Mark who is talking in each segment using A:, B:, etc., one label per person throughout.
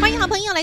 A: 欢迎好朋友来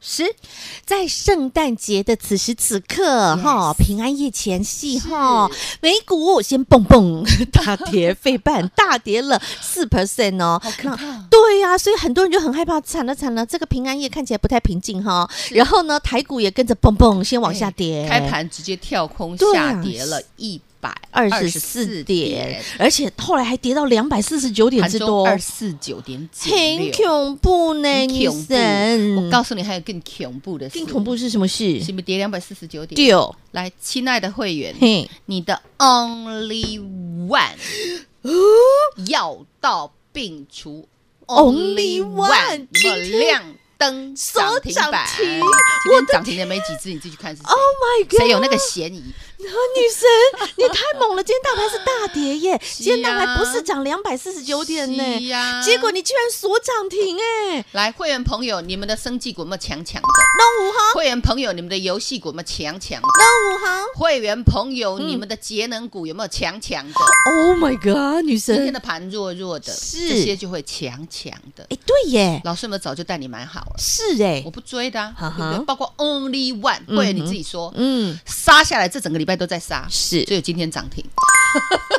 B: 师，
A: 在圣诞节的此时此刻，
B: Yes
A: 哈、平安夜前夕，哈，美股先蹦蹦 大跌，费半大跌了四 percent 哦，那
B: 怕！
A: 对呀、所以很多人就很害怕，惨了惨了，这个平安夜看起来不太平静哈。然后呢，台股也跟着蹦蹦先往下跌，
B: 开盘直接跳空
A: 哎对啊
B: 下跌了一百
A: 二十四点
B: 点，，
A: 而且后来还跌到两百四十九点
B: 盘
A: 之
B: 中
A: 多，
B: 二四九点九
A: 很恐怖呢，女
B: 恐怖！
A: 神。
B: 我告诉你，还有更恐怖的事，
A: 更恐怖是什么事？
B: 是不是跌两百四十九点？
A: 丢
B: 来，亲爱的会员，
A: 嘿，
B: 你的 only one
A: 哦
B: 药到病除
A: Only one，
B: 有没
A: 今
B: 有
A: 天
B: 亮灯
A: 首
B: 涨停
A: 涨
B: 板？
A: 停
B: 今
A: 我
B: 天
A: 的啊
B: 涨停的没几只，你自己去看是谁
A: Oh。my god！
B: 谁有那个嫌疑？
A: 女神，你太猛了！今天大盘是大跌耶，今天大盘
B: 呀
A: 不 是啊涨两百四十九点
B: 是
A: 呢，
B: 呀
A: 结果你居然锁涨停哎，
B: 来会员朋友，你们的生技股有没有强强的？
A: 弄五行，
B: 会员朋友，你们的游戏股有没有强强的？
A: 弄五行
B: 会员朋友，
A: 嗯
B: 你们的节能股有没有强强的？
A: ！Oh my god！女
B: 今天
A: 神，
B: 的盘弱弱的，
A: 是
B: 这些就会强强的。
A: 哎，对耶，
B: 老师们早就带你买好了。
A: 是哎
B: 我，不追的、啊，
A: 哈
B: 对
A: 哈
B: 不对？包括 Only One，
A: 嗯
B: 或者你自己说，
A: 嗯，
B: 杀下来这整个礼拜都在杀，
A: 是哎
B: 只有今天涨停。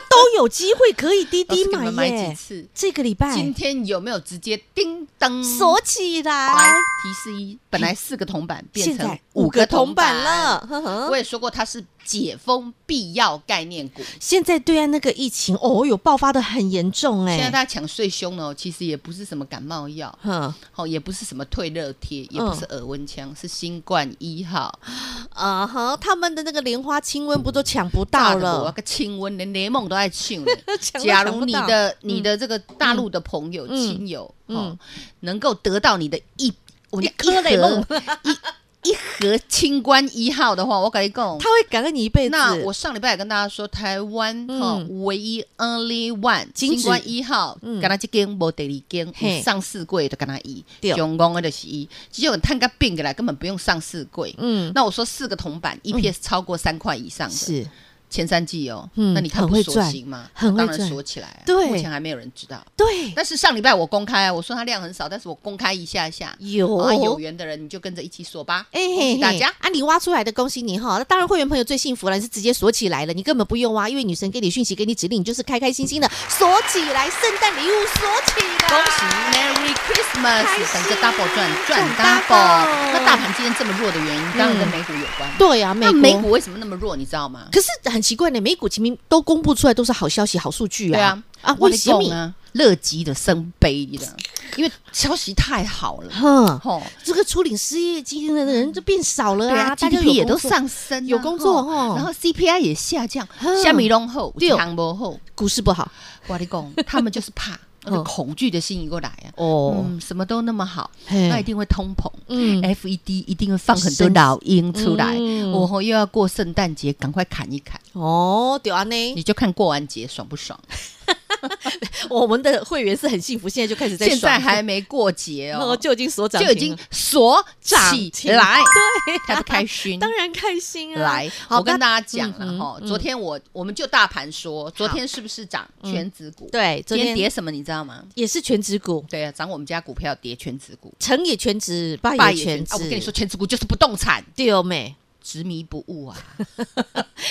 A: 都有机会可以滴
B: 老
A: 滴
B: 师给你们
A: 买
B: 买几
A: 耶，
B: 次？
A: 这个礼
B: 今
A: 拜
B: 天有没有直接叮当
A: 锁起来
B: 来，提示一，本来四个铜板变
A: 现
B: 成
A: 在
B: 五
A: 五
B: 个
A: 个
B: 铜
A: 铜
B: 板
A: 板。了，呵呵
B: 我也说过，它是解封必要概念股。
A: 现在对岸那个疫情，哦哟，爆发的很严重哎、
B: 现在大家抢税凶哦，其实也不是什么感冒药，
A: 哼
B: 哦，也不是什么退热贴，
A: 嗯
B: 也不是耳温枪，是新冠一号。
A: 啊哈，他们的那个莲花清瘟不都抢不
B: 呃大
A: 到
B: 了，我
A: 了？
B: 个亲温，连雷梦都爱亲了。
A: 抢都
B: 假
A: 抢
B: 如
A: 不
B: 你
A: 到
B: 的你的这个大陆的朋友、
A: 嗯
B: 亲友，
A: 嗯
B: 哦，能够得到你的一我
A: 一
B: 的
A: 颗雷梦
B: 一一盒清官一号的话，我跟你讲，
A: 他会感恩你一辈子。
B: 那我上礼拜也跟大家说，台湾
A: 嗯
B: 哈唯一 only one
A: 金
B: 清
A: 子
B: 官一号，
A: 嗯
B: 跟他这间无第二间
A: 嘿
B: 有上市柜的跟他一，
A: 对
B: 上公的就是一，只有探个病过来根本不用上市柜。
A: 嗯，
B: 那我说四个铜板 EPS 超过三块以上的，
A: 是
B: 前三季哦，
A: 嗯
B: 那你看
A: 很
B: 不
A: 会
B: 锁
A: 赚
B: 心吗？
A: 很会
B: 当然
A: 赚
B: 锁起来啊，
A: 对
B: 目前还没有人知道。
A: 对，
B: 但是上礼拜我公开啊，我说它量很少，但是我公开一下下，
A: 有
B: 啊，有缘的人你就跟着一起锁吧。
A: 哦哎
B: 恭
A: 嘿
B: 喜
A: 嘿，
B: 大家
A: 啊，你挖出来的，恭喜你哈！那当然，会员朋友最幸福了，你是直接锁起来了，你根本不用挖，因为女神给你讯息，给你指令，你就是开开心心的锁起来，圣诞礼物锁起来，
B: 恭喜 Merry
A: 开
B: Christmas，
A: 心
B: 等着 double 赚
A: 赚
B: 赚 double
A: ，double。
B: 那大盘今天这么弱的原因，当然跟美股有关。
A: 对呀、啊，美
B: 那
A: 国
B: 美股为什么那么弱？你知道吗？
A: 可是很奇怪呢，美股前面都公布出来都是好消息、好数据啊。
B: 对啊，
A: 啊，
B: 我
A: 为
B: 的
A: 什
B: 供
A: 么？
B: 啊，乐极的生悲的，因为消息太好了。
A: 哼，
B: 吼，
A: 这个处理失业金的人就变少了
B: 对啊
A: 啊，大家有
B: ，GDP 也都
A: 工作，
B: 上升啊，
A: 有工作
B: 吼
A: 吼
B: 然后 CPI 也下降
A: 嗯，
B: 虾米拢后，
A: 对
B: 长无后，
A: 股市不好
B: 我跟你 讲，他们就是怕那个
A: 嗯
B: 恐惧的心一过来啊，
A: 哦，
B: 嗯，什么都那么好，
A: 嘿
B: 那一定会通膨，
A: 嗯
B: FED 一定会放很多
A: 升息
B: 老鹰出来，
A: 嗯
B: 我、后又要过圣诞节，赶快砍一砍，
A: 哦，对啊呢，
B: 你就看过完节爽不爽？
A: 我们的会员是很幸福，现在就开始在
B: 现在
A: 爽
B: 还没过节
A: 哦
B: 哦，
A: 就已经所涨
B: 就已经锁
A: 涨
B: 起
A: 停
B: 来，
A: 对啊，
B: 开不开心？
A: 当然开心啊！
B: 来，
A: 好，
B: 我跟
A: 那
B: 大家讲啊
A: 嗯
B: 了
A: 哼
B: 哈，
A: 嗯
B: 昨天我我们就大盘说，昨天是不是涨全指股？，
A: 嗯对，昨
B: 今天
A: 天
B: 跌什么你知道吗？
A: 也是全指股，
B: 对啊，涨我们家股票跌全指股，
A: 成也全指，败也全指。
B: 啊！我跟你说，，全指股就是不动产，
A: 对哦，美。
B: 执迷不悟啊！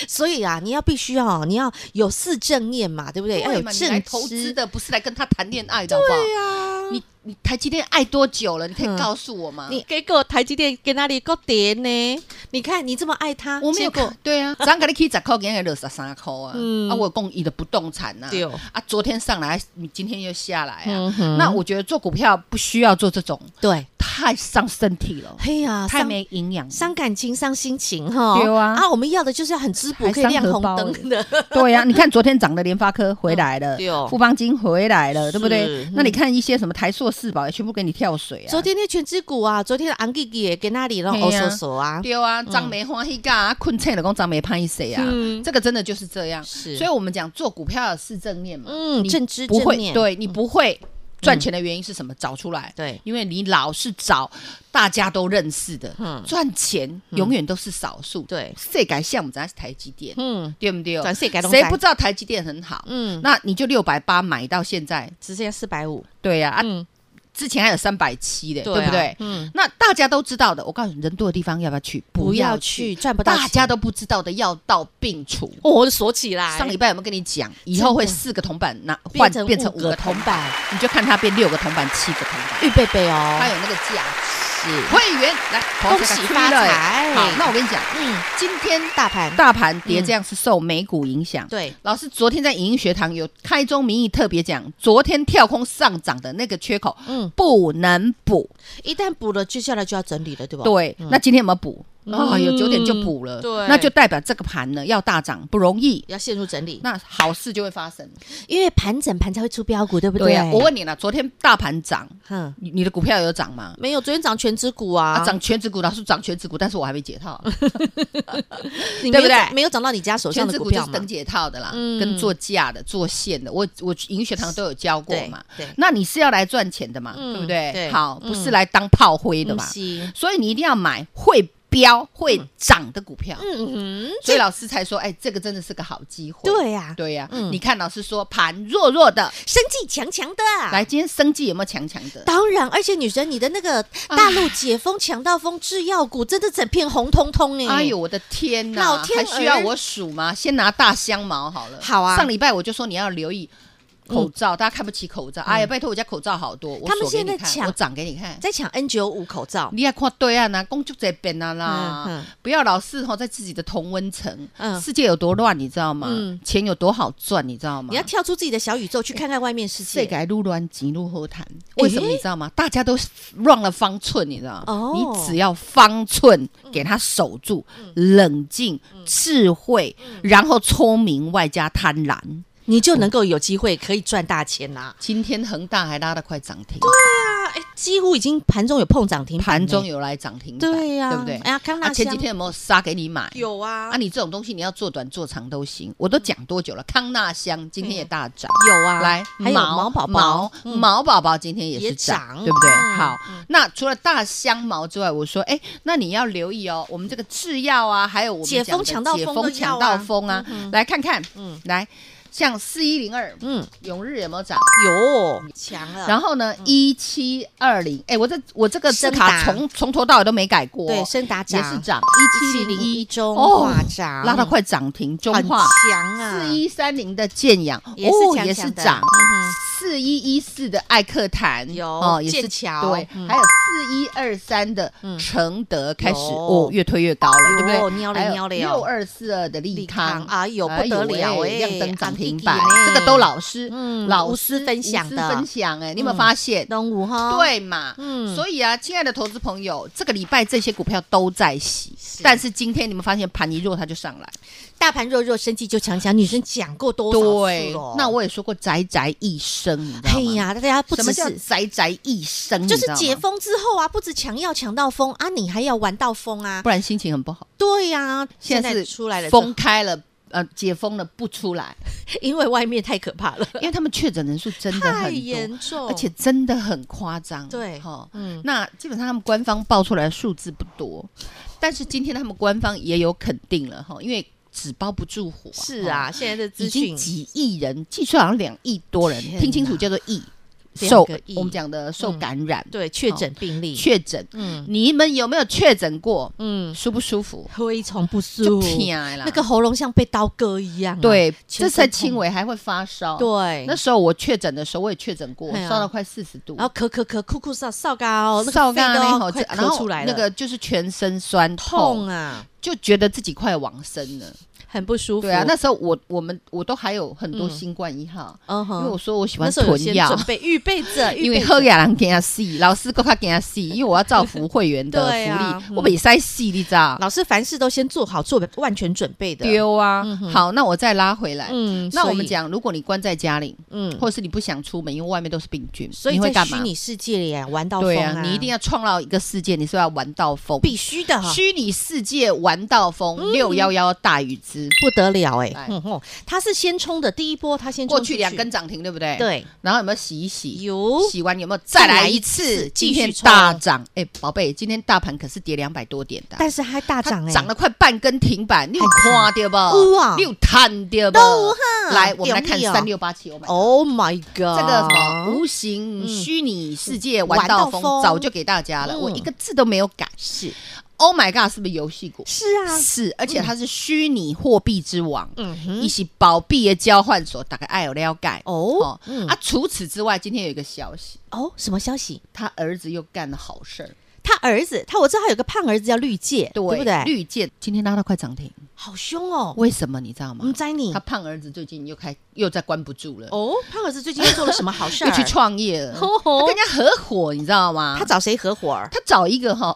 A: 所以啊，你要必须要，你要有四正念嘛，对不对？要有
B: 嘛哎你来
A: 正
B: 投资
A: 知。
B: 的，不是来跟他谈恋爱的，好不好？
A: 啊
B: 你你台积电爱多久了？你可以
A: 嗯
B: 告诉我吗？
A: 你给我台积电给哪里够跌呢？你看你这么爱它，
B: 我没
A: 结
B: 有
A: 果
B: 看对啊，咱给你可以十块，给你六十三块啊！
A: 嗯
B: 啊，我供你的不动产呐
A: 对，
B: 啊，昨天上来，你今天又下来啊
A: 嗯哼。
B: 那我觉得做股票不需要做这种
A: 对
B: 太伤身体了，
A: 嘿呀，
B: 太
A: 啊伤
B: 没营养了。
A: 伤感情、伤心情哈。
B: 对啊
A: 啊，我们要的就是要很滋补，
B: 还
A: 可以亮
B: 伤荷
A: 红
B: 包
A: 灯的。
B: 对啊呀、你看昨天涨的联发科回来
A: 嗯
B: 了，
A: 对哦
B: 富邦金回来了，对不对
A: 是？嗯
B: 那你看一些什么台塑、四宝也全部给你跳水啊。
A: 昨天那全指股啊，昨天的昂吉吉也跟那里让
B: 嘿
A: 欧
B: 呀
A: 手手啊，
B: 对啊，张梅花一个啊，困菜的公张梅潘一谁啊
A: 嗯？
B: 这个真的就是这样。
A: 是
B: 所以我们讲做股票是正念嘛，
A: 嗯
B: 你
A: 正知
B: 不
A: 正念
B: 会，对你不会赚钱的原因是什么？找出来。
A: 对
B: 因为你老是找大家都认识的
A: 嗯，
B: 赚钱永远都是少数。
A: 对
B: 世界项目咱是台积电，
A: 嗯
B: 对不对？
A: 全世界都知
B: 谁不知道台积电很好？
A: 嗯，
B: 那你就六百八买到现在，
A: 只剩下四百五，
B: 对呀，啊，
A: 嗯，
B: 之前还有三百七的，对
A: 啊
B: 不对？
A: 嗯，
B: 那大家都知道的，我告诉你，人多的地方要不要去？
A: 不要去，赚不到钱，
B: 大家都不知道的药到病除。
A: 哦，我就锁起来，
B: 上礼拜有没有跟你讲，以
A: 真
B: 后
A: 的
B: 会四个铜板拿换
A: 变成
B: 变成
A: 五
B: 五
A: 个
B: 个
A: 铜
B: 铜板，
A: 板，
B: 你就看它变六个铜板、七个铜板，
A: 预备备
B: 它
A: 哦，
B: 有那个价值。
A: 是，
B: 会员来，
A: 恭喜发财
B: 好，那我跟你讲，
A: 嗯，
B: 今天
A: 大盘
B: 大盘跌这样是受美股影响。
A: 对，
B: 老师昨天在影音学堂有开宗明义特别讲，昨天跳空上涨的那个缺口
A: 嗯，
B: 不能补。
A: 一旦补了，接下来就要整理了，对吧？，
B: 对，那今天有没有补？
A: 嗯
B: 啊，有九点就补了，
A: 对
B: 那就代表这个盘呢要大涨不容易，
A: 要陷入整理，
B: 那好事就会发生。
A: 因为盘整盘才会出标股，对不对？
B: 啊我问你了，昨天大盘涨，
A: 哼，
B: 你你的股票有涨吗？
A: 没有，昨天涨全指股啊，
B: 啊，涨全指股，老师涨全指股，但是我还没解 套，
A: 你没
B: 对
A: 有
B: 不对
A: 没有涨到你家手上
B: 全
A: 的
B: 指
A: 股
B: 股就
A: 票
B: 是
A: 嘛
B: 等，解套的啦，
A: 嗯
B: 跟做价的、做线的，我我营学堂都有教过
A: 对
B: 嘛。
A: 对，
B: 那你是要来赚钱的嘛，
A: 嗯
B: 对不对？
A: 对
B: 好，
A: 嗯
B: 不是来当炮灰的嘛，
A: 嗯
B: 所以你一定要买会飙、会涨的股票。
A: 嗯，
B: 所以老师才说，哎，这个真的是个好机会。
A: 对呀，
B: 对呀、
A: 嗯
B: 你看老师说盘弱弱的，
A: 生计强强的，啊
B: 来，今天生计有没有强强的？
A: 当然，而且女神，你的那个大陆解封、强盗风、制药股，真的整片红彤彤哎、
B: 哎呦，，我的天呐！
A: 老天
B: 还
A: 儿
B: 需要我数吗？先拿大香茅好了。
A: 好啊嗯
B: 上礼拜我就说你要留意口罩，大家看不起口罩。哎呀，拜托，我家口罩好多，我
A: 他们
B: 锁给
A: 现在
B: 你看
A: 抢
B: 我涨给你看。
A: 在抢 N 九五口罩，
B: 你也看对岸啊，公主这边啊
A: 嗯嗯
B: 啦，不要老是吼在自己的同温层
A: 嗯。
B: 世界有多乱，你知道吗
A: 嗯？
B: 钱有多好赚，你知道吗
A: 你要？跳出自己的小宇宙去看看外面世
B: 这
A: 界。
B: 改路乱急路后谈，为什么
A: 诶
B: 你知道吗？大家都乱了方寸，你知道
A: 哦
B: 吗？你只要方寸给他守住，冷静、智慧，然后聪明外加贪婪。
A: 你就能够有机会可以赚大钱啦、
B: 今天恒大还拉得快涨停，
A: 啊！哎，几乎已经盘中有碰涨停板
B: 盘
A: 呢，
B: 中有来涨停板，
A: 对呀、
B: 对不对？
A: 哎呀，康
B: 啊，
A: 纳
B: 前
A: 香
B: 几天有没有杀给你买？
A: 有啊
B: 啊，你这种东西你要做短做长都行，我都讲多久了？康纳香今天也大涨，
A: 有啊，
B: 来，
A: 还有毛宝嗯宝
B: 毛、毛宝宝今天也
A: 也
B: 是涨
A: 涨，
B: 对不对？
A: 嗯
B: 好，那除了大香毛之外，我说，哎，那你要留意哦，我们这个制药啊，还有我们
A: 解封
B: 讲的
A: 抢到
B: 解
A: 风
B: 封
A: 的药啊
B: 抢到风啊，来看看，
A: 嗯
B: 嗯，来，像四一零二
A: 嗯，
B: 永日有没有涨？
A: 有强了，
B: 然后呢，一七二零，哎，我这我这个字
A: 盛达
B: 卡从从头到尾都没改过哦，
A: 对，深达
B: 也
A: 涨
B: 是涨一七零
A: 171
B: 一
A: 中
B: 哦
A: 化涨
B: 拉到快涨停，中
A: 很
B: 化
A: 强啊，
B: 四一三零的建阳哦
A: 也是强强的
B: 也是涨
A: 嗯哼，
B: 四一一四的艾克坦哦
A: 有
B: 也是
A: 剑桥
B: 对
A: 嗯，
B: 还有四一二三的承德开始
A: 有
B: 哦，越推越高
A: 有
B: 了，对不对？
A: 喵嘞
B: 还有
A: 喵嘞嗯哟
B: 六二四二的利康。
A: 啊，有不得了哎，
B: 亮灯涨停板
A: 红弟弟呢，
B: 这个都老师
A: 嗯，
B: 老
A: 无私
B: 师
A: 分享的
B: 无私分享哎，你有没
A: 嗯
B: 有发现？
A: 东吴哈，，
B: 对嘛，
A: 嗯
B: 所以啊，亲爱的投资朋友，这个礼拜这些股票都在洗
A: 是，
B: 但是今天你们发现盘一弱，它就上来。
A: 大盘弱弱，生气就强强，女生讲过多少次
B: 对
A: 了？，
B: 那我也说过宅宅一生，你知道
A: 哎
B: 吗？
A: 呀，大家不
B: 什
A: 只
B: 么叫
A: 是
B: 宅宅一生？
A: 就
B: 你知
A: 是
B: 道吗
A: 解，封之后啊，不止抢药抢到疯啊，你还要玩到疯啊，
B: 不然心情很不好。
A: 对呀，
B: 现在是
A: 出来了之后
B: 封，开了，呃，解封了不 出来，
A: 因为外面太可怕 了，
B: 因为他们确诊人数真的
A: 太
B: 很
A: 严
B: 多，
A: 重，
B: 而且真的很夸张。
A: 对
B: 哈，
A: 嗯，
B: 那基本上他们官方报出来的数字不多，但是今天他们官方也有肯定了哈，因为纸包不住火。
A: 是
B: 哈
A: 啊，现在的资
B: 已经
A: 讯
B: 几亿人，计算好像两亿多人
A: 天，哪
B: 听清楚叫做亿
A: 两
B: 受
A: 个亿
B: 我们讲的受
A: 嗯
B: 感染、
A: 对确诊病例，
B: 确诊。
A: 嗯
B: 你们有没有确诊过？
A: 嗯，
B: 舒不舒服？
A: 非常不舒
B: 就
A: 服，
B: 疼啦，
A: 那个喉咙像被刀割一样哦啊，
B: 对，
A: 全
B: 这
A: 身
B: 才
A: 痛
B: 轻微，还会发烧。，
A: 对，
B: 那时候我确诊的时候，我也确诊过，
A: 哎呀
B: 烧到快四十度
A: 然，后咳咳咳，哭哭哨哨高，那
B: 烧
A: 个肺
B: 干
A: 都
B: 了
A: 要
B: 吼
A: 快
B: 然
A: 咳
B: 后
A: 出来了，
B: 那个就是全身酸
A: 痛
B: 痛，
A: 啊，
B: 就觉得自己快往生了。
A: 很不舒服。
B: 对啊，那时候我我们我都还有很多
A: 嗯
B: 新冠一号，
A: 嗯
B: 因为我
A: 哼，
B: 说我喜
A: 那
B: 欢
A: 时候有
B: 囤
A: 先
B: 药
A: 准，备预备 着，
B: 因
A: 预备
B: 为
A: 着
B: 喝雅人给他洗，老师够他给他洗，因为我要造福会员的福
A: 对
B: 利，
A: 啊嗯
B: 我每塞洗，你知道？
A: 老师凡事都先做好，做万全准备的。
B: 丢啊！
A: 嗯哼
B: 好，那我再拉回来。
A: 嗯，
B: 那我
A: 所
B: 们
A: 以，
B: 讲，如果你关在家里，
A: 嗯，
B: 或者是你不想出门，因为外面都是病菌，
A: 所以
B: 你会
A: 在
B: 干
A: 虚
B: 嘛？
A: 拟世界里啊玩到疯
B: 对啊，你一定要创造一个世界，你是要玩到疯。啊
A: 必须啊嗯的，
B: 虚拟世界玩到疯，六幺幺大禹之，
A: 不得了哎
B: 来，
A: 嗯哼，他是先冲的第一波，他先冲
B: 过
A: 出
B: 去两根哎啊涨停，对不对？。
A: 对
B: 然后有没有洗一洗？
A: 有
B: 洗完有没有
A: 再
B: 再
A: 来
B: 来
A: 一
B: 一
A: 次
B: 次？
A: 继
B: 今
A: 续
B: 天大
A: 冲
B: 涨，哎，宝贝，今天大盘可是跌两百多点的，
A: 但是还大
B: 它
A: 涨哎，
B: 涨了快半根停板，你有看对不？
A: 有啊
B: 你有探对不？
A: 有
B: 来，我们来
A: 有
B: 看
A: 力哦
B: 三六八七，我们。
A: ，Oh my God，这
B: 这个什么无形
A: 嗯
B: 虚拟世界
A: 玩
B: 玩
A: 到
B: 到疯
A: 疯，
B: 早就给大家了，
A: 嗯
B: 我一个字都没有改。
A: 是
B: Oh my god，是不是游戏股？
A: 是啊，
B: 是，而且它是虚拟货币之王，
A: 嗯
B: 以
A: 哼，
B: 及宝币的交换所，大概爱有了解。
A: 哦
B: 哦，
A: 嗯
B: 啊，除此之外，今天有一个消息，
A: 哦，什么消息？
B: 他儿子又干了好事儿，
A: 他儿子，他我知道他有个胖儿子叫绿界，对不对？
B: 绿箭今天拉到快涨停，
A: 好凶哦，
B: 为什么你知道
A: 我
B: 吗
A: 们？摘你
B: 他胖儿子最近又开又在关不住了，
A: 哦，胖儿子最近又做了什么好事儿？
B: 又去啊创业了，
A: 吼吼
B: 他跟人家合伙，你知道吗？
A: 他找谁合伙儿？
B: 他找一个哈，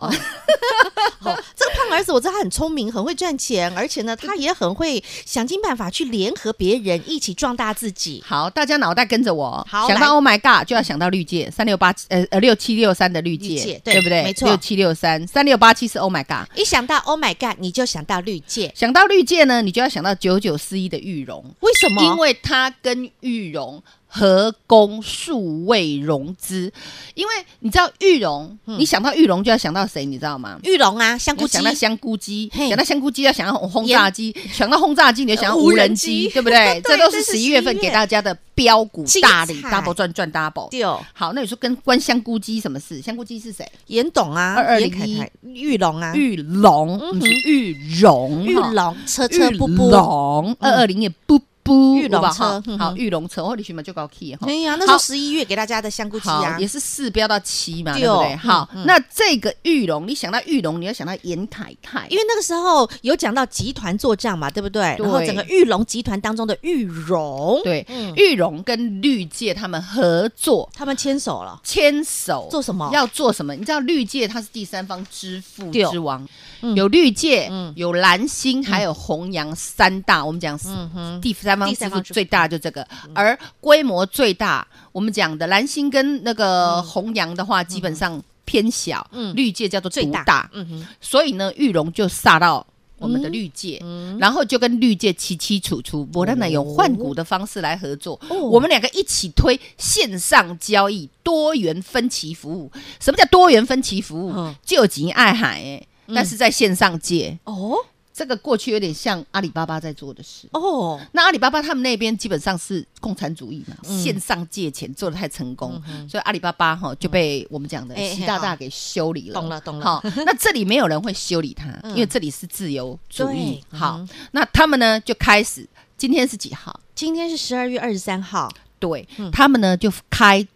A: 哦，这个胖儿子我知道他很聪明，很会赚钱，而且呢，他也很会想尽办法去联合别人一起壮大自己。
B: 好，大家脑袋跟着我，
A: 好
B: 想
A: 来
B: 到 Oh my God 就要想到绿界三六八呃呃六七六三的绿界，
A: 绿界对
B: 对不对？
A: 没错
B: 六七六三三六八七是 Oh my God。
A: 一想到 Oh my God，你就想到绿界，
B: 想到绿界呢，你就要想到九九四一的玉荣，
A: 为什么？
B: 因为它跟玉荣合攻数位融资。因为你知道玉荣，
A: 嗯
B: 你想到玉荣就要想到谁，你知道吗？
A: 玉龙啊，香
B: 你
A: 菇
B: 要
A: 鸡
B: 想到香菇机，
A: 嘿
B: 想到香菇机要想到轰炸机，想到轰炸机你就想到
A: 呃
B: 无
A: 无人
B: 人
A: 机
B: 机，对不 对？
A: 对
B: 这都
A: 这
B: 是
A: 是
B: 十一月份
A: 11
B: 给大家的标股
A: 精
B: 大礼
A: 彩
B: ，double 赚赚 double。
A: 丢
B: 好，那你说跟关香菇鸡什么事？香菇鸡是谁？
A: 严董啊，
B: 2201
A: 严凯凯玉龙啊，
B: 玉龙，
A: 嗯哼
B: 不是玉荣，
A: 玉
B: 哈
A: 龙车车
B: 玉
A: 不不，
B: 龙二二零也不不
A: 玉龙
B: 有吧
A: 车
B: 哈
A: 嗯哼
B: 好玉龙车，我的去嘛就高 key 哈
A: 哎。呀，那时候
B: 好
A: 十一月给大家的香菇鸡
B: 好
A: 啊，
B: 也，是四标到七嘛，
A: 对
B: 对不对？
A: 哦
B: 好
A: 嗯嗯，
B: 那这个玉龙，你想到玉龙，你要想到严凯凯，
A: 因为那个时候有讲到集团做账嘛，对不对？
B: 对
A: 然后整个玉龙集团当中的玉荣，
B: 对
A: 嗯
B: 玉龙跟绿界他们合作
A: 他们牵手了，
B: 牵手
A: 做什么
B: 要做什么？你知道绿界它是第三方支付
A: 对
B: 之王
A: 嗯，
B: 有绿界
A: 嗯，
B: 有蓝星，还有弘扬三大。我们讲
A: 嗯哼，
B: 第三方
A: 第
B: 支
A: 三
B: 付
A: 方支付嗯
B: 最大就这个，而规模最大，我们讲的蓝星跟那个弘扬的话，基本上偏小，
A: 嗯
B: 绿界叫做
A: 最
B: 独
A: 大，
B: 大，
A: 嗯哼，
B: 所以呢，玉龙就杀到。我们的绿界，
A: 嗯
B: 然后就跟绿界齐齐楚楚，我当然有换股的方式来合作。
A: 哦
B: 我们两个一起推线上交易多元分期服务。什么叫多元分期服务
A: 嗯？
B: 就仅爱海、欸，但是在线上界，
A: 哦
B: 这个过去有点像阿里巴巴在做的事。
A: 哦，
B: 那阿里巴巴他们那边基本上是共产主义嘛，
A: 嗯
B: 线上借钱做的太成功，所以阿里巴巴哈就被我们讲的
A: 哎
B: 习大大给修理了。
A: 懂了懂了
B: 好，那这里没有人会修理它，
A: 嗯
B: 因为这里是自由主义。
A: 对
B: 好
A: 嗯，
B: 那他们呢就开始，今天是几号？
A: 今天是十二月二十三号，
B: 对、
A: 嗯
B: 他们呢就开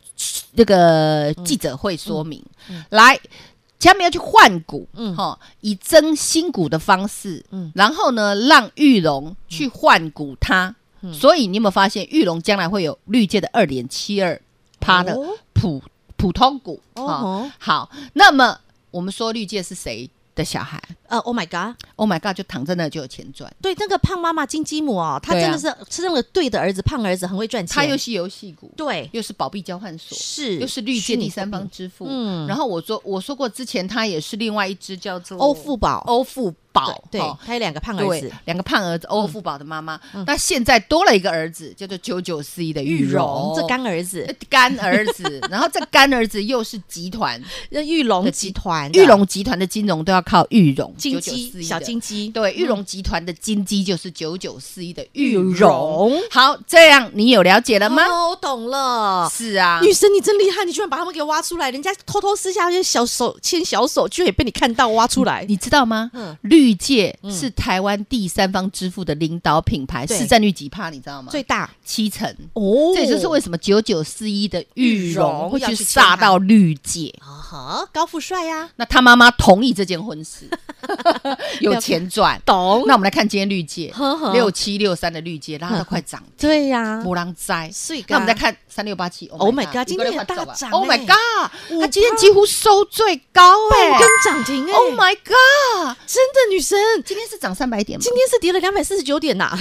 B: 那个记者会说明，
A: 嗯
B: 来。他们要去换股，嗯哈，以增新股的方式，
A: 嗯
B: 嗯，然后呢，让玉龙去换股它，
A: 嗯
B: 所以你有没有发现玉龙将来会有绿界的二点七二趴的
A: 哦
B: 普、普通股？
A: 哦
B: 哈
A: 吼
B: 好，那么我们说绿界是谁的小孩
A: 呃，Oh my God，
B: ？Oh my god，就躺在那就有钱赚，
A: 对，那个胖妈妈金鸡母哦，她
B: 对
A: 真
B: 啊
A: 的是生了对的儿子，胖儿子很会赚钱，
B: 它又是游戏股，
A: 对
B: 又是宝币交换所，
A: 是
B: 又是绿
A: 虚
B: 界
A: 拟
B: 第三
A: 货币
B: 方支付。
A: 嗯
B: 然后我说我说过之前它也是另外一只叫做
A: 欧富宝，
B: 欧富宝，
A: 对
B: 哈，
A: 他有两个胖儿
B: 对
A: 子，，嗯
B: 两个胖儿子，欧富宝的妈妈，那现在多了一个儿子，叫做九九四一的玉荣，呃
A: 这干儿子，
B: 干儿 子，然后这干儿子又是集团，
A: 那玉龙
B: 的
A: 集团的，
B: 玉龙集团的金融都要靠玉荣
A: 啊金
B: 9941
A: 鸡
B: 的
A: 小金鸡，
B: 对，玉龙集团的金鸡就是九九四一的玉
A: 玉
B: 荣
A: 荣。
B: 好，这样你有了解了吗？
A: 哦，我懂了。
B: 是啊，
A: 女神，你真厉害！你居然把他们给挖出来，人家偷偷私下些小手牵小手，居然也被你看到挖出来。
B: 你知道吗
A: 嗯？
B: 绿界是台湾第三方支付的领导品牌，
A: 对
B: 市占率几帕？你知道吗？
A: 最大
B: 七成。
A: 哦
B: 这也就是为什么九九四一的玉荣会
A: 玉荣要
B: 去
A: 去
B: 杀到绿界。
A: 啊哈高富帅呀、
B: 那他妈妈同意这件婚事，有钱赚。
A: 懂
B: 那我们来看今天绿界
A: 呵呵
B: 六七六三的绿界，拉到快涨停，
A: 对呀
B: 摩浪灾。
A: 所以
B: 那我们再看三六八七
A: Oh my God，今天也大涨
B: ，Oh my
A: 欸
B: God，
A: 五
B: 它今天几乎收最高哎
A: 半根涨停哎、
B: ，Oh my God，
A: 真的女神，
B: 今天是涨三百点吗？
A: 今天是跌了两百四十九点呐、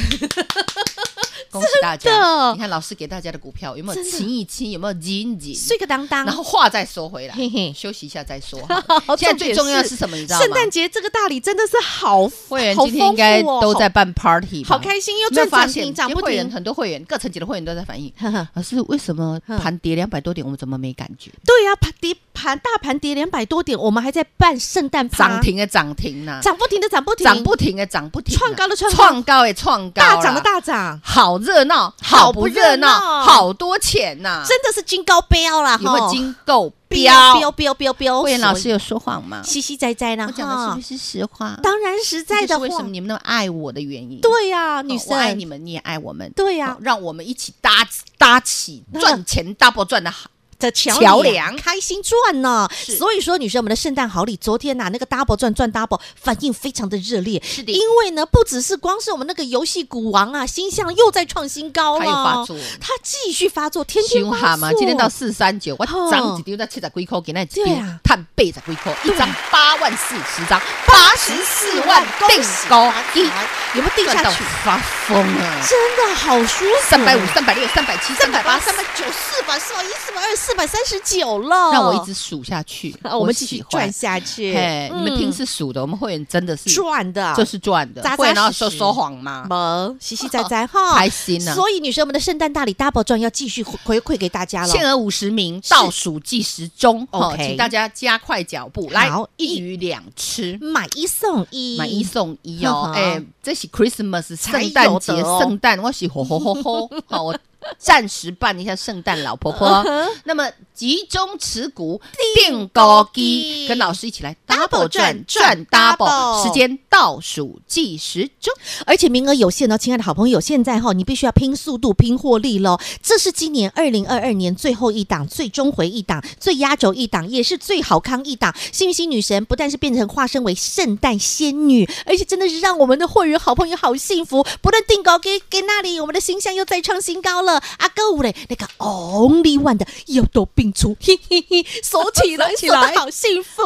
B: 恭喜大
A: 真
B: 家！
A: 的
B: 你看老师给大家的股票有没有
A: 真的
B: 清一清，有没有紧一紧，
A: 碎个当当。哦
B: 然后话再说回来
A: 嘿嘿，
B: 休息一下再说 好了。现在最重要的是什么？你知道吗？
A: 圣诞节这个大礼真的是好，
B: 会员
A: 好
B: 今天应该
A: 丰富哦
B: 都在办 party，吧
A: 好开心，又
B: 有没
A: 赚
B: 有发
A: 涨
B: 现
A: 停，涨
B: 今
A: 不
B: 天会员
A: 停。
B: 很多会员各层级的会员都在反映，
A: 呵呵
B: 老师为什么
A: 嗯
B: 盘跌两百多点，我们怎么没感觉？
A: 对呀、盘跌盘大盘跌两百多点，我们还在办圣诞趴
B: 涨，停的涨停呐，
A: 涨不停的涨不停，
B: 涨不停的涨不停啊，
A: 创高的创高
B: 创高的创高啦，啊
A: 大涨的大涨，
B: 好热闹，
A: 好
B: 好
A: 不
B: 不
A: 热
B: 热
A: 闹
B: 闹，好多钱呐，
A: 真的是哦金高标啦！
B: 啊有没有
A: 吼
B: 金够
A: 标
B: 标？
A: 标标标？
B: 会员老师
A: 所以
B: 有说谎吗？
A: 熙熙哉哉啦，
B: 我讲的是
A: 哈
B: 不是实话？
A: 当然实在
B: 这
A: 的
B: 就是为什么
A: 话，
B: 你们那么爱我的原因？
A: 对呀，
B: 哦
A: 女
B: 我爱
A: 生
B: 你们，你也爱我们，
A: 对呀嗯
B: 哦让我们一起搭搭起
A: 那
B: 赚钱 double 赚的好。
A: 的桥
B: 桥
A: 梁
B: 梁
A: 开心赚呢。
B: 是
A: 所以说，女生我们的圣诞好礼，昨天呐、那个 double 赚赚 double，反应非常的热烈。
B: 是
A: 因为呢，不只是光是我们那个游戏股王啊，星象又在创新高
B: 它
A: 了，
B: 又发作
A: 它继续发作，天天
B: 凶
A: 发
B: 悍
A: 作。
B: 嘛，今天到四三九，我
A: 哦
B: 涨一丢在七十几块，给那丢
A: 对啊
B: 探倍十几块，一张八万四，十张
A: 八
B: 八
A: 十
B: 十
A: 四
B: 四
A: 万
B: 万，
A: 定
B: 定啊
A: 高
B: 高
A: 一
B: 一，
A: 有没有定
B: 赚
A: 下
B: 到
A: 去？
B: 发疯啊！
A: 真的好舒服，
B: 三百五、、三百六、三百七、三百八、
A: 三
B: 三
A: 百
B: 百。
A: 九、四百、四百一、四百二、四百三十九了。
B: 让我一直数下去，
A: 啊， 我们继续
B: 喜欢
A: 赚。下去。
B: 嘿，你们
A: 嗯
B: 听是数的，我们会员真的是
A: 赚的，
B: 这是赚的
A: 扎扎，
B: 会员然后
A: 实实
B: 说说谎吗？
A: 没嘻嘻哉 哉哈，
B: 啊开心啊
A: 所以女生们的圣诞大礼 double 赚要继续回回馈给大家了。
B: 限额五十名，倒数计时中，哦
A: OK
B: 请大家加快脚步，来
A: 好
B: 一鱼两吃。
A: 买一送一，
B: 买一送一
A: 呵呵
B: 哦，哎，这是 Christmas
A: 才
B: 圣诞节
A: 有的哦
B: 圣诞，我喜吼吼吼 吼，好，我暂时扮一下圣诞老婆
A: 嗯
B: 婆。那么集中持股定高
A: 机
B: 低，跟老师一起来
A: double 赚
B: double 赚赚
A: 赚 double
B: double，时间倒数计时中。
A: 而且名额有限哦，亲爱的好朋友，现在哈、你必须要拼速度、拼获利喽。这是今年二零二二年最后一档、最终回一档、最压轴一档，也是最好康一档。幸运星女神不但是变成化身为圣诞仙女，而且真的是让我们的会员好朋友好幸福。不论定高给给那里，我们的形象又再创新高了。阿哥五嘞，那个 Only One 的又都并出，嘿嘿嘿，手起来，
B: 手起来
A: 手得好幸福。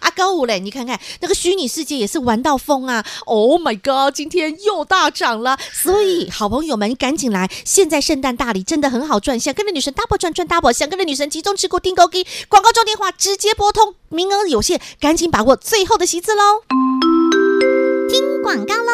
A: 阿高五嘞，你看看那个虚拟世界也是玩到疯啊！Oh my god，今天又大涨了，所以好朋友们赶紧来，现在圣诞大礼真的很好赚，想跟着女神 double 赚赚 double，想跟着女神集中持股订购给广告中电话直接拨通，名额有限，赶紧把握最后的席次喽！听广告喽。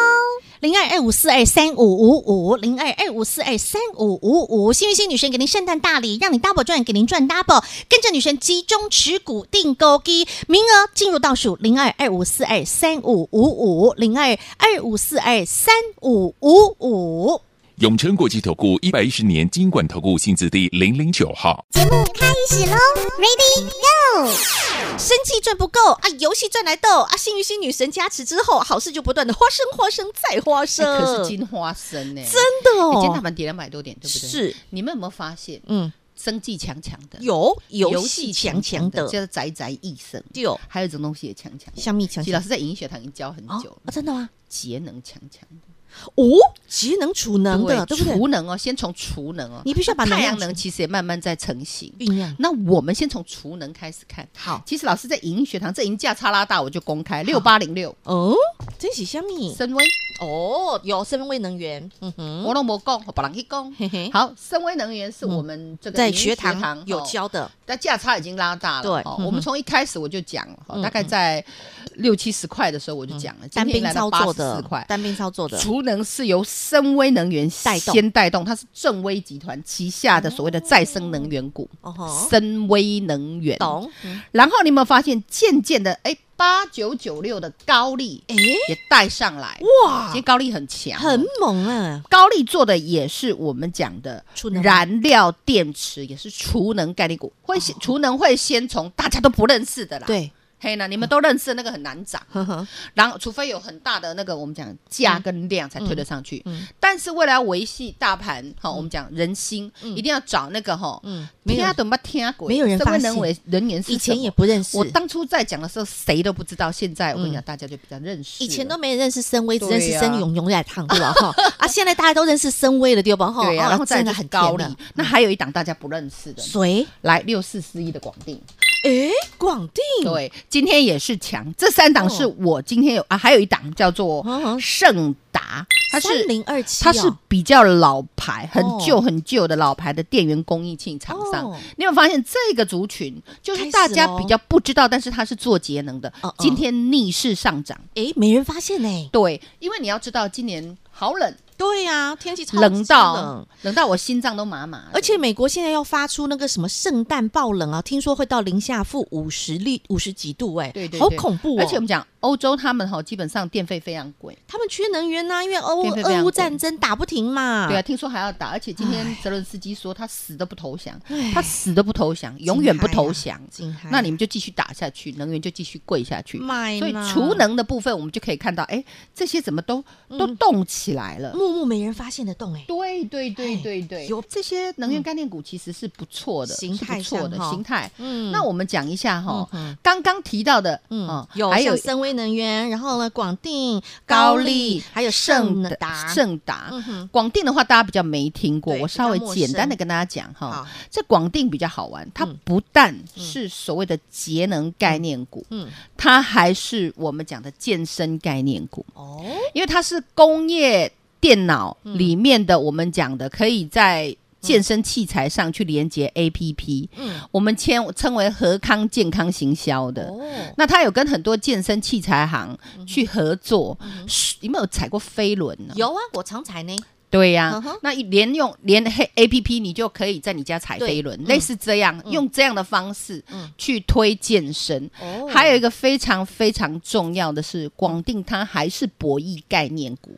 A: 零二二五四二三五五五，零二二五四二三五五五，幸运星女神给您圣诞大礼，让你 double 赚，给您赚 double，跟着女神集中持股定购机，名额进入倒数零二二五四二三五五五，零二二五四二三五五五。
C: 永诚国际投顾一百一十年金管投顾性质第零零九号。
A: 生计赚不够啊，游戏赚来斗啊，幸运星女神加持之后，好事就不断的花生花生再花生，
B: 哎可是金花生呢？
A: 真的
B: 哎今天大
A: 哦，
B: 盘跌两百多点，对不对？
A: 是，
B: 你们有没有发现，
A: 嗯，
B: 生计强强的，
A: 有游戏强强的，
B: 叫做宅宅益生，
A: 有
B: 还有一种东西也强强的。
A: 香蜜强
B: 其实
A: 强
B: 老师在影音学堂已经教很
A: 啊
B: 久
A: 啊，
B: 了，
A: 真的吗？
B: 节能强强的，
A: 哦，节能储能的，对不对？
B: 储能哦，先从储能哦，
A: 你必须要把能
B: 太
A: 量
B: 阳能其实也慢慢在成型。
A: 酝酿
B: 那我们先从储能开始看。
A: 好
B: 其实老师在影音学堂这已经价差拉大，我就公开六八零六
A: 哦，这是香蜜
B: 深威，
A: 哦，有生威能源，嗯哼，
B: 我都没讲，我把人去讲
A: 嘿嘿。
B: 好，深威能源是我们这个
A: 在
B: 影音
A: 学
B: 堂
A: 堂有
B: 哦
A: 教的，
B: 但价差已经拉大了。
A: 对
B: 哦
A: 嗯哼
B: 我们从一开始我就讲了，
A: 嗯
B: 哦大概在六七十块的时候我就讲了，今
A: 单
B: 天
A: 兵
B: 来到
A: 操
B: 八
A: 作
B: 十四
A: 的
B: 块，。
A: 单兵操作的，
B: 储能是由深威能源
A: 带动
B: 先带动，它是正威集团旗下的所谓的再生能源股，
A: 哦吼，
B: 深威能源。
A: 懂？
B: 然后你有没有发现，渐渐的，哎，八九九六的高利
A: 哎，
B: 也带上来，
A: 哇
B: 今天高利很强哦，
A: 很猛啊，
B: 高利做的也是我们讲的
A: 储能吗
B: 燃料电池，也是储能概念股，会先储能会先从大家都不认识的啦，，
A: 哦对，
B: OK 呢？你们都认识那个很难涨，
A: 呵呵，
B: 然后除非有很大的那个我们讲价跟量才推得上去。
A: 嗯嗯
B: 但是为了要维系大盘，哈、我们讲人心、一定要找那个哈，
A: 嗯，没
B: 听
A: 有
B: 啊，，懂吧？听啊，鬼，
A: 没有人
B: 社会
A: 发
B: 人
A: 现
B: 为人言是
A: 以前
B: 什么
A: 也不认识
B: 我，当初在讲的时候，谁都不知道。现在我跟你讲，大家就比较认识了。
A: 以前都没人认识深威，只
B: 对
A: 认识
B: 呀
A: 深永永来烫过哈啊，现在大家都认识深威了，对吧？哈，
B: 对呀，
A: 哦
B: 然后再来
A: 真的
B: 就是
A: 很
B: 高
A: 高
B: 利
A: 了。。
B: 那还有一档大家不认识的，
A: 谁？
B: 来六四四一的广定，
A: 诶，广定，
B: 对，今天也是强。这三档是我今天有啊，还有一档叫做
A: 哦嗯哼
B: 盛达，它
A: 三
B: 是
A: 零二七，啊
B: 它是比较老牌、很
A: 哦
B: 旧很旧的老牌的电源供应器厂商
A: 哦。
B: 你有没有发现这个族群，就是大
A: 开始
B: 家
A: 咯
B: 比较不知道，但是它是做节能的
A: 嗯嗯，
B: 今天逆势上涨。
A: 诶，没人发现呢。
B: 对，因为你要知道，今年好冷，
A: 对呀，天气超级哎
B: 冷到冷到我心脏都麻麻的。
A: 而且美国现在要发出那个什么圣诞暴冷啊，听说会到零下负五十力五十几度、哎，
B: 对对对
A: 好恐怖哦！
B: 而且我们讲欧洲他们哈，基本上电费非常贵，
A: 他们缺能源呐、啊因为欧
B: 电费非常
A: 俄乌
B: 贵
A: 战争打不停嘛。
B: 对啊，听说还要打。而且今天泽伦斯基说他死都不投降，他死都不投降，
A: 惊
B: 永远不
A: 骇
B: 投
A: 啊
B: 降。
A: 惊骇
B: 那你们就继续打下去，能源就继续贵下去。
A: 买
B: 所以
A: 嘛
B: 储能的部分，我们就可以看到，哎，这些怎么都
A: 嗯
B: 都动起来了。
A: 默默没人发现的洞、哎，
B: 对对对
A: 哎
B: 对对，
A: 嗯有嗯
B: 这些能源概念股其实是不错的，
A: 形
B: 是
A: 态
B: 不错
A: 上
B: 的
A: 哈
B: 形态。
A: 嗯
B: 那我们讲一下哈
A: 嗯哼，
B: 刚刚提到的，
A: 嗯，
B: 啊
A: 有
B: 还有
A: 像森威能源，然后呢，广定、
B: 高
A: 丽
B: 丽，
A: 还有盛达，
B: 盛达
A: 嗯哼。
B: 广电的话，大家比较没听过，
A: 对
B: 我稍微
A: 比较陌
B: 简单的
A: 生
B: 跟大家讲哈
A: 好。
B: 这广电比较好玩，它
A: 嗯
B: 不但是所谓的节能概念股，
A: 嗯，
B: 它还是我们讲的健身概念股，
A: 哦，
B: 因为它是工业电脑里面的我们讲的可以在。健身器材上去连接 APP，
A: 嗯，
B: 我们称称为和康健康行销的。
A: 哦，
B: 那他有跟很多健身器材行
A: 嗯
B: 去合作，是你们有踩过飞轮呢？，
A: 有啊，我常踩呢，
B: 对呀、
A: 嗯哼
B: 那一连用连黑 A P P，你就可以在你家踩飞轮，
A: 对嗯
B: 类似这样、用这样的方式
A: 嗯
B: 去推健身。
A: 哦
B: 还有一个非常非常重要的是，广定它还是博弈概念股，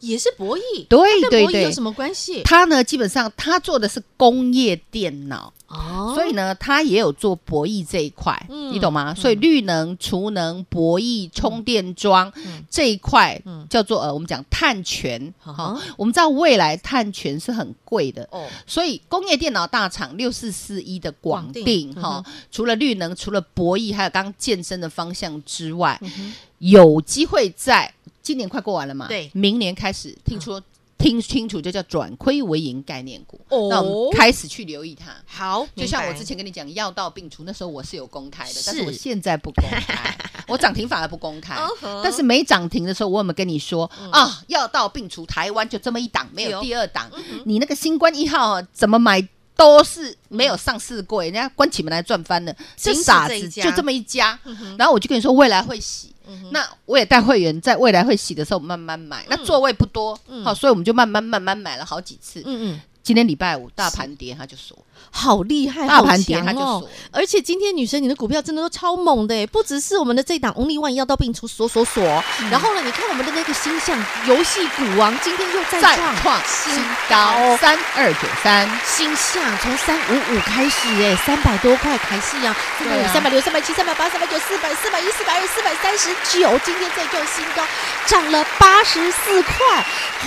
A: 也是博弈，
B: 对
A: 跟
B: 对
A: 博弈有
B: 对
A: 什么关系？
B: 它呢基本上它做的是工业电脑。
A: 哦
B: 所以呢，它也有做博弈这一块，
A: 嗯
B: 你懂吗？所以绿能、储能、博弈、充电桩、
A: 嗯
B: 这一块，叫做呃，我们讲碳权。
A: 啊
B: 好、
A: 嗯哈
B: 我们知道未来碳权是很贵的。
A: 哦，
B: 所以工业电脑大厂六四四一的广
A: 广
B: 定
A: 定嗯
B: 哈、除了绿能、除了博弈，还有刚刚健身的方向之外，
A: 嗯
B: 有机会在今年快过完了嘛？
A: 对嗯
B: 明年开始听说、听清楚就叫转亏为盈概念股。
A: 哦
B: 那我们开始去留意它。
A: 好，
B: 就像
A: 明
B: 我
A: 白
B: 之前跟你讲药到病除，那时候我是有公开的，
A: 是
B: 但是我现在不公开，我涨停反而不公开
A: 嗯。哼
B: 但是没涨停的时候，我有没有跟你说啊？药到病除，台湾就这么一档，没
A: 嗯有嗯
B: 有第二档。你那个新冠一号啊怎么买？都是没有上市过，人家关起门来赚翻的，
A: 嗯仅
B: 这
A: 此
B: 傻
A: 这一
B: 子
A: 家嗯
B: 就这么一家。然后我就跟你说，未来会洗。那我也带会员在未来会洗的时候慢慢买，
A: 嗯
B: 那座位不多，好，所以我们就慢慢慢慢买了好几次。
A: 嗯嗯，
B: 今天礼拜五大盘跌，他就说。
A: 好厉害，
B: 大盘
A: 好
B: 跌
A: 强
B: 它就
A: 哦
B: 锁了
A: 而且今天女神你的股票真的都超猛的耶，不只是我们的这档 Only One 要到病除锁锁锁，然后呢，你看我们的那个星象游戏股王今天又再
B: 再
A: 创
B: 创
A: 新
B: 新
A: 高
B: 高，三二九三。
A: 星象从三五五开始哎，三百多块凯西洋，三百
B: 对
A: 五、
B: 啊
A: 三百六、三百七、三百八、三百九、四百、四百一、四百二、四百三十九，今天再创新高，涨了八十四块，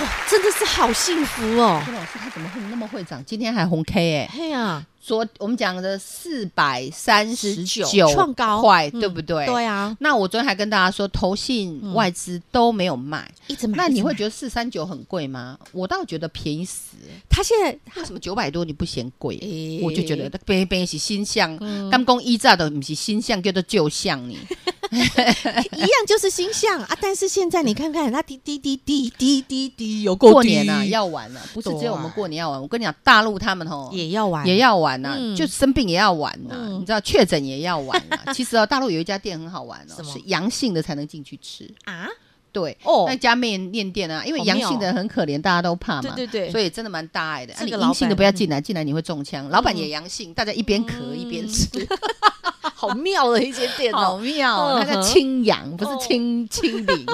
A: 哇、真的是好幸福哦！
B: 老师他怎么会那么会涨？今天还红 K 哎、
A: 嘿呀、
B: 昨我们讲的四百三十
A: 49
B: 九
A: 创高
B: 块，
A: 嗯
B: 对不对？
A: 对啊，
B: 那我昨天还跟大家说，投信外资都没有卖，
A: 一直买。
B: 那你会
A: 得
B: 觉得四三九很贵吗？我倒觉得便宜死了。
A: 他现在
B: 为什么九百多你不嫌贵？
A: 诶
B: 我就 觉得变变是新项，
A: 嗯
B: 刚公依照的不是新项，叫做旧项呢。
A: 一样就是星象啊，但是现在你看看它滴滴滴滴滴滴滴，有够
B: 嗯过年
A: 低
B: 啊要玩啊，不是只有我们
A: 对
B: 过年要玩。我跟你讲，大陆他们吼
A: 也要玩，
B: 也要玩呐、
A: 嗯
B: 就生病也要玩呐、
A: 嗯
B: 你知道确诊也要玩呐、 其实哦，大陆有一家店很好玩
A: 什
B: 哦，
A: 么
B: 是阳性的才能进去吃。
A: 啊，
B: 对，
A: 哦
B: 那家面面店啊，因为
A: 好妙哦
B: 阳性的人很可怜，大家都怕啊嘛，
A: 对对对
B: 所以真的蛮大爱的。啊，
A: 这
B: 你
A: 个老板嗯
B: 阴性的不要进来，进来你会中枪。老板也阳性，大家一边咳一边吃，
A: 好妙的一间店哦
B: 好。妙
A: 嗯
B: 哦，那
A: 哼
B: 个清阳不
A: 哦
B: 是清清零，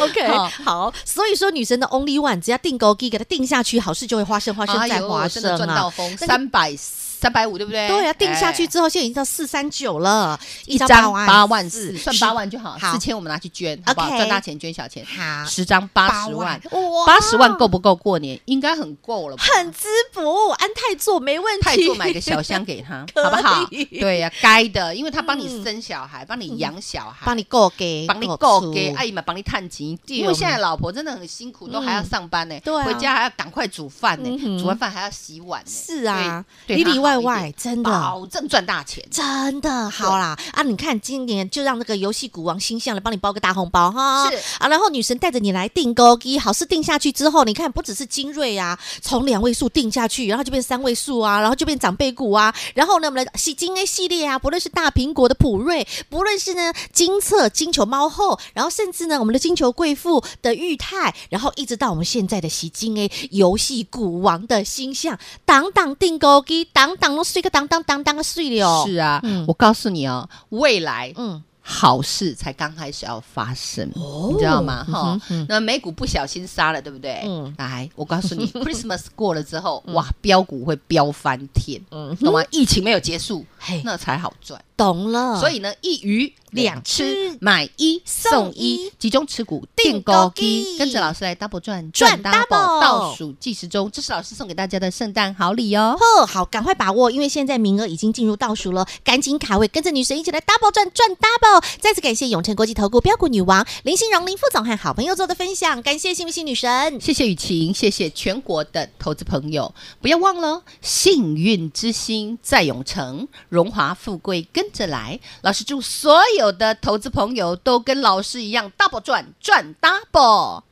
A: OK，
B: 好
A: 好，所以说女神的 Only One，只要订购 G 给它定下去，好事就会发生，发生
B: 哎
A: 再
B: 呦
A: 发生
B: 真的赚
A: 啊
B: 到！疯，
A: 那个
B: 三百四三百五，对不对？
A: 对啊，定下去
B: 哎
A: 之后，现在已经到四三九了，
B: 一张
A: 张
B: 八
A: 万
B: 万
A: 四
B: 四，算八万就好，
A: 好
B: 四千我们拿去捐，好不好？
A: OK
B: 赚大钱捐小钱，
A: 好
B: 十张八十万，
A: 哇
B: 八十万够不够过年？应该很够了吧？
A: 很滋补，安泰座没问题。
B: 泰铢买个小箱给 他，
A: 可以
B: 好不好？对呀、该的，因为他帮你生小孩，嗯帮你养小 孩，
A: 帮你够给，
B: 帮你
A: 出
B: 够给哎阿姨们帮你探亲，
A: 哦
B: 因为现在老婆真的很辛苦，都还要上班呢，
A: 对啊
B: 回家还要赶快煮饭
A: 嗯
B: 呢，
A: 哼
B: 煮完饭还要洗碗呢，
A: 是啊，
B: 对
A: 里
B: 对
A: 里外
B: 他好一点
A: 外真的。
B: 保证赚大钱。
A: 真的好啦啊！你看今年就让那个游戏股王星象来帮你包个大红包哈，
B: 是
A: 啊，然后女神带着你来订勾机，好事定下去之后，你看不只是精锐啊，从两位数定下去，然后就变三位数啊，然后就变长辈股啊，然后呢，我们的系金 A 系列啊，不论是大苹果的普瑞，不论是呢金策、金球猫后，然后甚至呢我们的金球贵妇的裕泰，然后一直到我们现在的喜金 A 游戏股王的星象，档档定勾机，档档都碎个档档档档个碎了哦，
B: 是啊
A: 嗯，
B: 我告诉你哦，未来
A: 嗯，
B: 好事才刚开始要发生，你知道吗？哈
A: 嗯哼嗯，
B: 那美股不小心杀了，对不对
A: 嗯？
B: 来，我告诉 你，Christmas 过了之后，哇，标股会飙翻天，
A: 嗯
B: 懂吗？疫情没有结束
A: 嘿，嗯
B: 那才好赚。
A: 懂了，
B: 所以呢，一鱼两吃
A: 两吃，
B: 买一
A: 送
B: 送
A: 一
B: 一，集中持股
A: 订
B: 定
A: 购
B: 高
A: 机
B: 低，跟着老师来 double 赚
A: 赚 double
B: 倒数计时中，这是老师送给大家的圣诞好礼哦。
A: 哦，好，赶快把握，因为现在名额已经进入倒数了，赶紧卡位，跟着女神一起来 double 赚赚 double。再次感谢永诚国际投顾标股女王林心荣林副总和好朋友做的分享，感谢幸运星女神。
B: 谢谢雨晴，谢谢全国的投资朋友，不要忘了，幸运之星在永城，荣华富贵跟着来。老师祝所有的投资朋友都跟老师一样 double 赚，赚 double。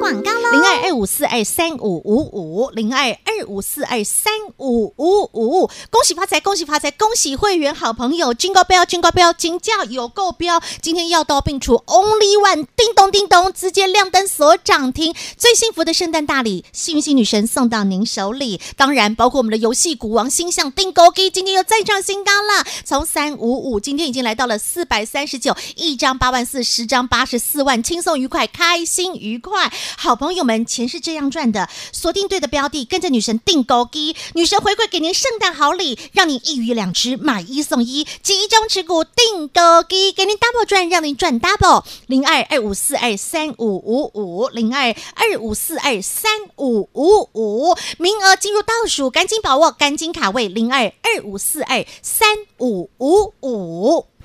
A: 广告喽，零二二五四二三五五五，零二二五四二三五五五，恭喜发财，恭喜发财，恭喜会员好朋友金高标，金高标，金价有够标，今天药到病除，Only One，叮咚叮咚，直接亮灯锁涨停，最幸福的圣诞大礼，幸运星女神送到您手里，当然包括我们的游戏股王星象定勾机，今天又再创新高了，从三五五今天已经来到了四百三十九，一张八万四，十张八十四万，轻松愉快，开心愉快。好朋友们，钱是这样赚的，锁定对的标的，跟着女神定勾机，女神回馈给您圣诞好礼，让您一鱼两吃，买一送一，集中持股定勾机，给您 double 赚，让您赚 double。零二二五四二三五五五，零二二五四二三五五五，名额进入倒数，赶紧把握，赶紧卡位，零二二五四二三五五五。